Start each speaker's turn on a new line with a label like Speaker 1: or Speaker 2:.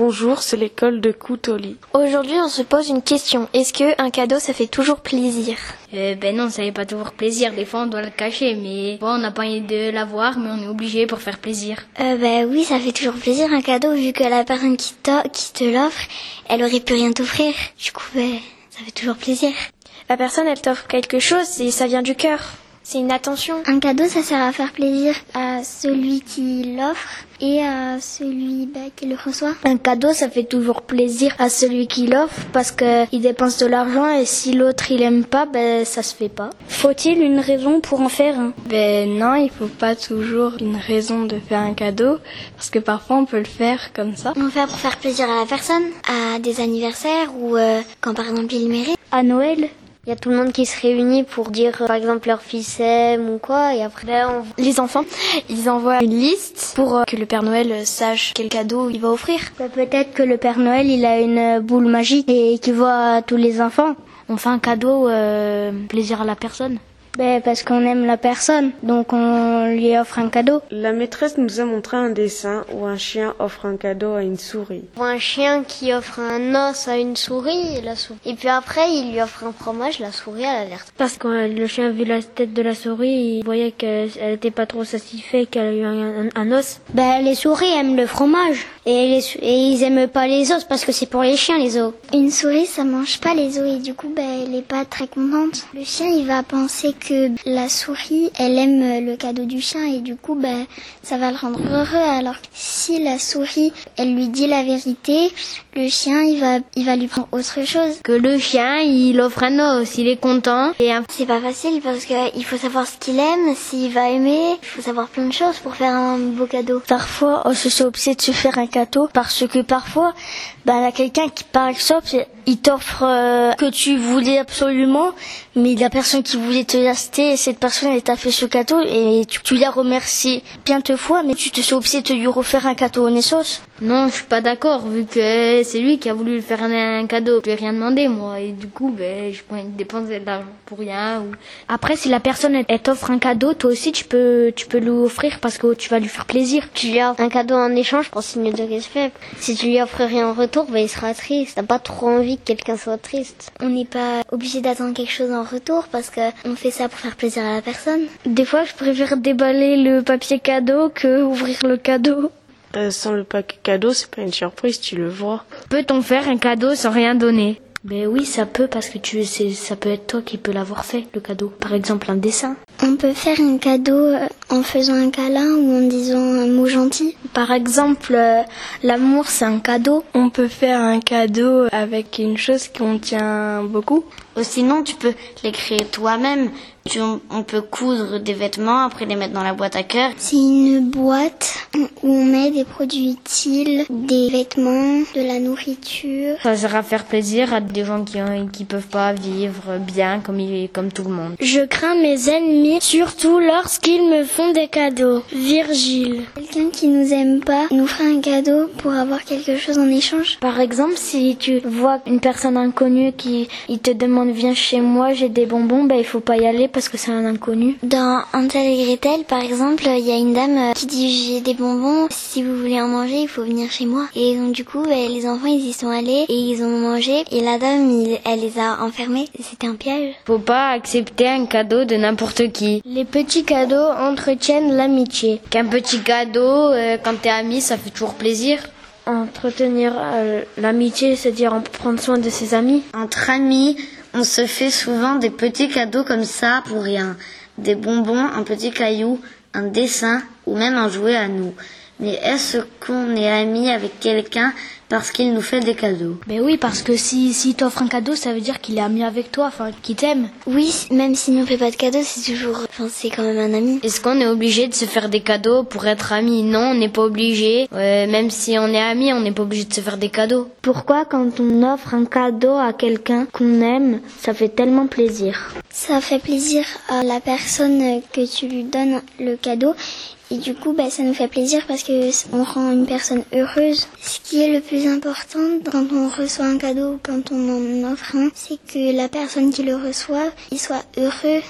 Speaker 1: Bonjour, c'est l'école de Koutoli.
Speaker 2: Aujourd'hui, on se pose une question. Est-ce que un cadeau, ça fait toujours plaisir
Speaker 3: Euh, ben non, ça fait pas toujours plaisir. Des fois, on doit le cacher, mais bon, on n'a pas envie de l'avoir, mais on est obligé pour faire plaisir.
Speaker 2: euh, Bah oui, ça fait toujours plaisir un cadeau, vu que la personne qui, t'a- qui te l'offre, elle aurait pu rien t'offrir. Du coup, bah, ça fait toujours plaisir.
Speaker 4: La personne, elle t'offre quelque chose et ça vient du cœur. C'est une attention.
Speaker 2: Un cadeau, ça sert à faire plaisir à celui qui l'offre et à celui bah, qui le reçoit.
Speaker 5: Un cadeau, ça fait toujours plaisir à celui qui l'offre parce que il dépense de l'argent et si l'autre il aime pas, ben ça se fait pas.
Speaker 4: Faut-il une raison pour en faire un
Speaker 6: Ben non, il faut pas toujours une raison de faire un cadeau, parce que parfois on peut le faire comme ça.
Speaker 2: On le fait pour faire plaisir à la personne, à des anniversaires ou euh, quand par exemple il le mérite.
Speaker 5: À Noël, il y a tout le monde qui se réunit pour dire euh, par exemple leur fils aime ou quoi et après ben, on...
Speaker 4: Les enfants, ils envoient une liste pour euh, que le Père Noël euh, sache quel cadeau il va offrir.
Speaker 5: Ben, peut-être que le Père Noël il a une euh, boule magique et qui voit tous les enfants.
Speaker 6: On fait un cadeau
Speaker 4: euh,
Speaker 6: plaisir à la personne.
Speaker 5: Ben parce qu'on aime la personne, donc on lui offre un cadeau.
Speaker 7: La maîtresse nous a montré un dessin où un chien offre un cadeau à une souris.
Speaker 5: voit un chien qui offre un os à une souris, et la souris. Et puis après, il lui offre un fromage, la souris à l'alerte.
Speaker 6: Parce que euh, le chien a vu la tête de la souris, il voyait qu'elle était pas trop satisfaite, qu'elle a eu un, un- un os.
Speaker 5: Ben, les souris aiment le fromage. Et, les sou- et ils aiment pas les os parce que c'est pour les chiens, les os.
Speaker 2: Une souris, ça mange pas les os et du coup, bah, elle est pas très contente. Le chien, il va penser que la souris, elle aime euh, le cadeau du chien et du coup, bah, ça va le rendre heureux. Alors que si la souris, elle lui dit la vérité, le chien, il va, il va lui prendre autre chose.
Speaker 3: Que le chien, il offre un os, il est content. Et un
Speaker 2: C'est pas facile parce que euh, il faut savoir ce qu'il aime, s'il va aimer. Il faut savoir plein de choses pour faire un beau cadeau.
Speaker 5: Parfois, on se sent obligé de se faire un cadeau parce que parfois, ben, il y a quelqu'un qui, par exemple, il t'offre euh, que tu voulais absolument, mais la personne qui voulait te l'acheter, cette personne, elle t'a fait ce cadeau et tu, tu la remercies plein de fois, mais tu te sens obligé de lui refaire un cadeau en sauce.
Speaker 3: Non, je suis pas d'accord, vu que eh, c'est lui qui a voulu lui faire un, un cadeau. Je lui ai rien demandé, moi, et du coup, ben, je pourrais dépenser de l'argent pour rien. Ou...
Speaker 6: Après, si la personne elle- elle t'offre un cadeau, toi aussi tu peux tu peux lui offrir parce que tu vas lui faire plaisir.
Speaker 5: Tu lui offres un cadeau en échange pour signe de respect. Si tu lui offres rien en retour, ben, il sera triste. T'as pas trop envie que quelqu'un soit triste.
Speaker 2: On n'est pas obligé d'attendre quelque chose en retour parce que on fait ça pour faire plaisir à la personne.
Speaker 5: Des fois, je préfère déballer le papier cadeau que ouvrir le cadeau.
Speaker 7: Euh, sans le paquet cadeau, c'est pas une surprise, tu le vois.
Speaker 3: Peut-on faire un cadeau sans rien donner
Speaker 6: Ben oui, ça peut parce que tu c'est ça peut être toi qui peux l'avoir fait le cadeau. Par exemple, un dessin.
Speaker 2: On peut faire un cadeau euh, en faisant un câlin ou en disant un mot gentil.
Speaker 5: Par exemple, euh, l'amour, c'est un cadeau.
Speaker 4: On peut faire un cadeau avec une chose qu'on tient beaucoup.
Speaker 8: Sinon, tu peux les créer toi-même. Tu, on peut coudre des vêtements, après les mettre dans la boîte à cœur.
Speaker 2: C'est une boîte où on met des produits utiles, des vêtements, de la nourriture.
Speaker 3: Ça sert à faire plaisir à des gens qui ont- qui peuvent pas vivre bien comme il- comme tout le monde.
Speaker 5: Je crains mes ennemis, surtout lorsqu'ils me font des cadeaux. Virgile.
Speaker 2: Quelqu'un qui nous aime pas nous fera un cadeau pour avoir quelque chose en échange.
Speaker 5: Par exemple, si tu vois une personne inconnue qui il te demande viens chez moi, j'ai des bonbons, ben il faut pas y aller parce que c'est un inconnu.
Speaker 2: Dans Hansel et Gretel, par exemple, il y a une dame euh, qui dit j'ai des bonbons, si vous voulez en manger, il faut venir chez moi. Et donc du coup, bah, les enfants, ils y sont allés et ils ont mangé. Et la dame, il- elle les a enfermés. C'était un piège.
Speaker 3: Faut pas accepter un cadeau de n'importe qui.
Speaker 5: Les petits cadeaux entretiennent l'amitié.
Speaker 3: Qu'un petit cadeau, euh, quand t'es ami, ça fait toujours plaisir.
Speaker 6: Entretenir euh, l'amitié, c'est-à-dire prendre soin de ses amis.
Speaker 8: Entre amis, on se fait souvent des petits cadeaux comme ça pour rien. Des bonbons, un petit caillou, un dessin ou même un jouet à nous. Mais est-ce qu'on est amis avec quelqu'un parce qu'il nous fait des cadeaux
Speaker 6: Ben oui, parce que si si t'offre un cadeau, ça veut dire qu'il est ami avec toi, enfin qu'il t'aime.
Speaker 2: Oui, même s'il nous fait pas de cadeau, c'est toujours, enfin, c'est quand même un ami.
Speaker 3: Est-ce qu'on est obligé de se faire des cadeaux pour être amis Non, on n'est pas obligé. Euh, même si on est amis, on n'est pas obligé de se faire des cadeaux.
Speaker 5: Pourquoi quand on offre un cadeau à quelqu'un qu'on aime, ça fait tellement plaisir
Speaker 2: Ça fait plaisir à la personne que tu lui donnes le cadeau. Et du coup, bah, ça nous fait plaisir parce que on rend une personne heureuse. Ce qui est le plus important quand on reçoit un cadeau ou quand on en offre un, c'est que la personne qui le reçoit, il soit heureux.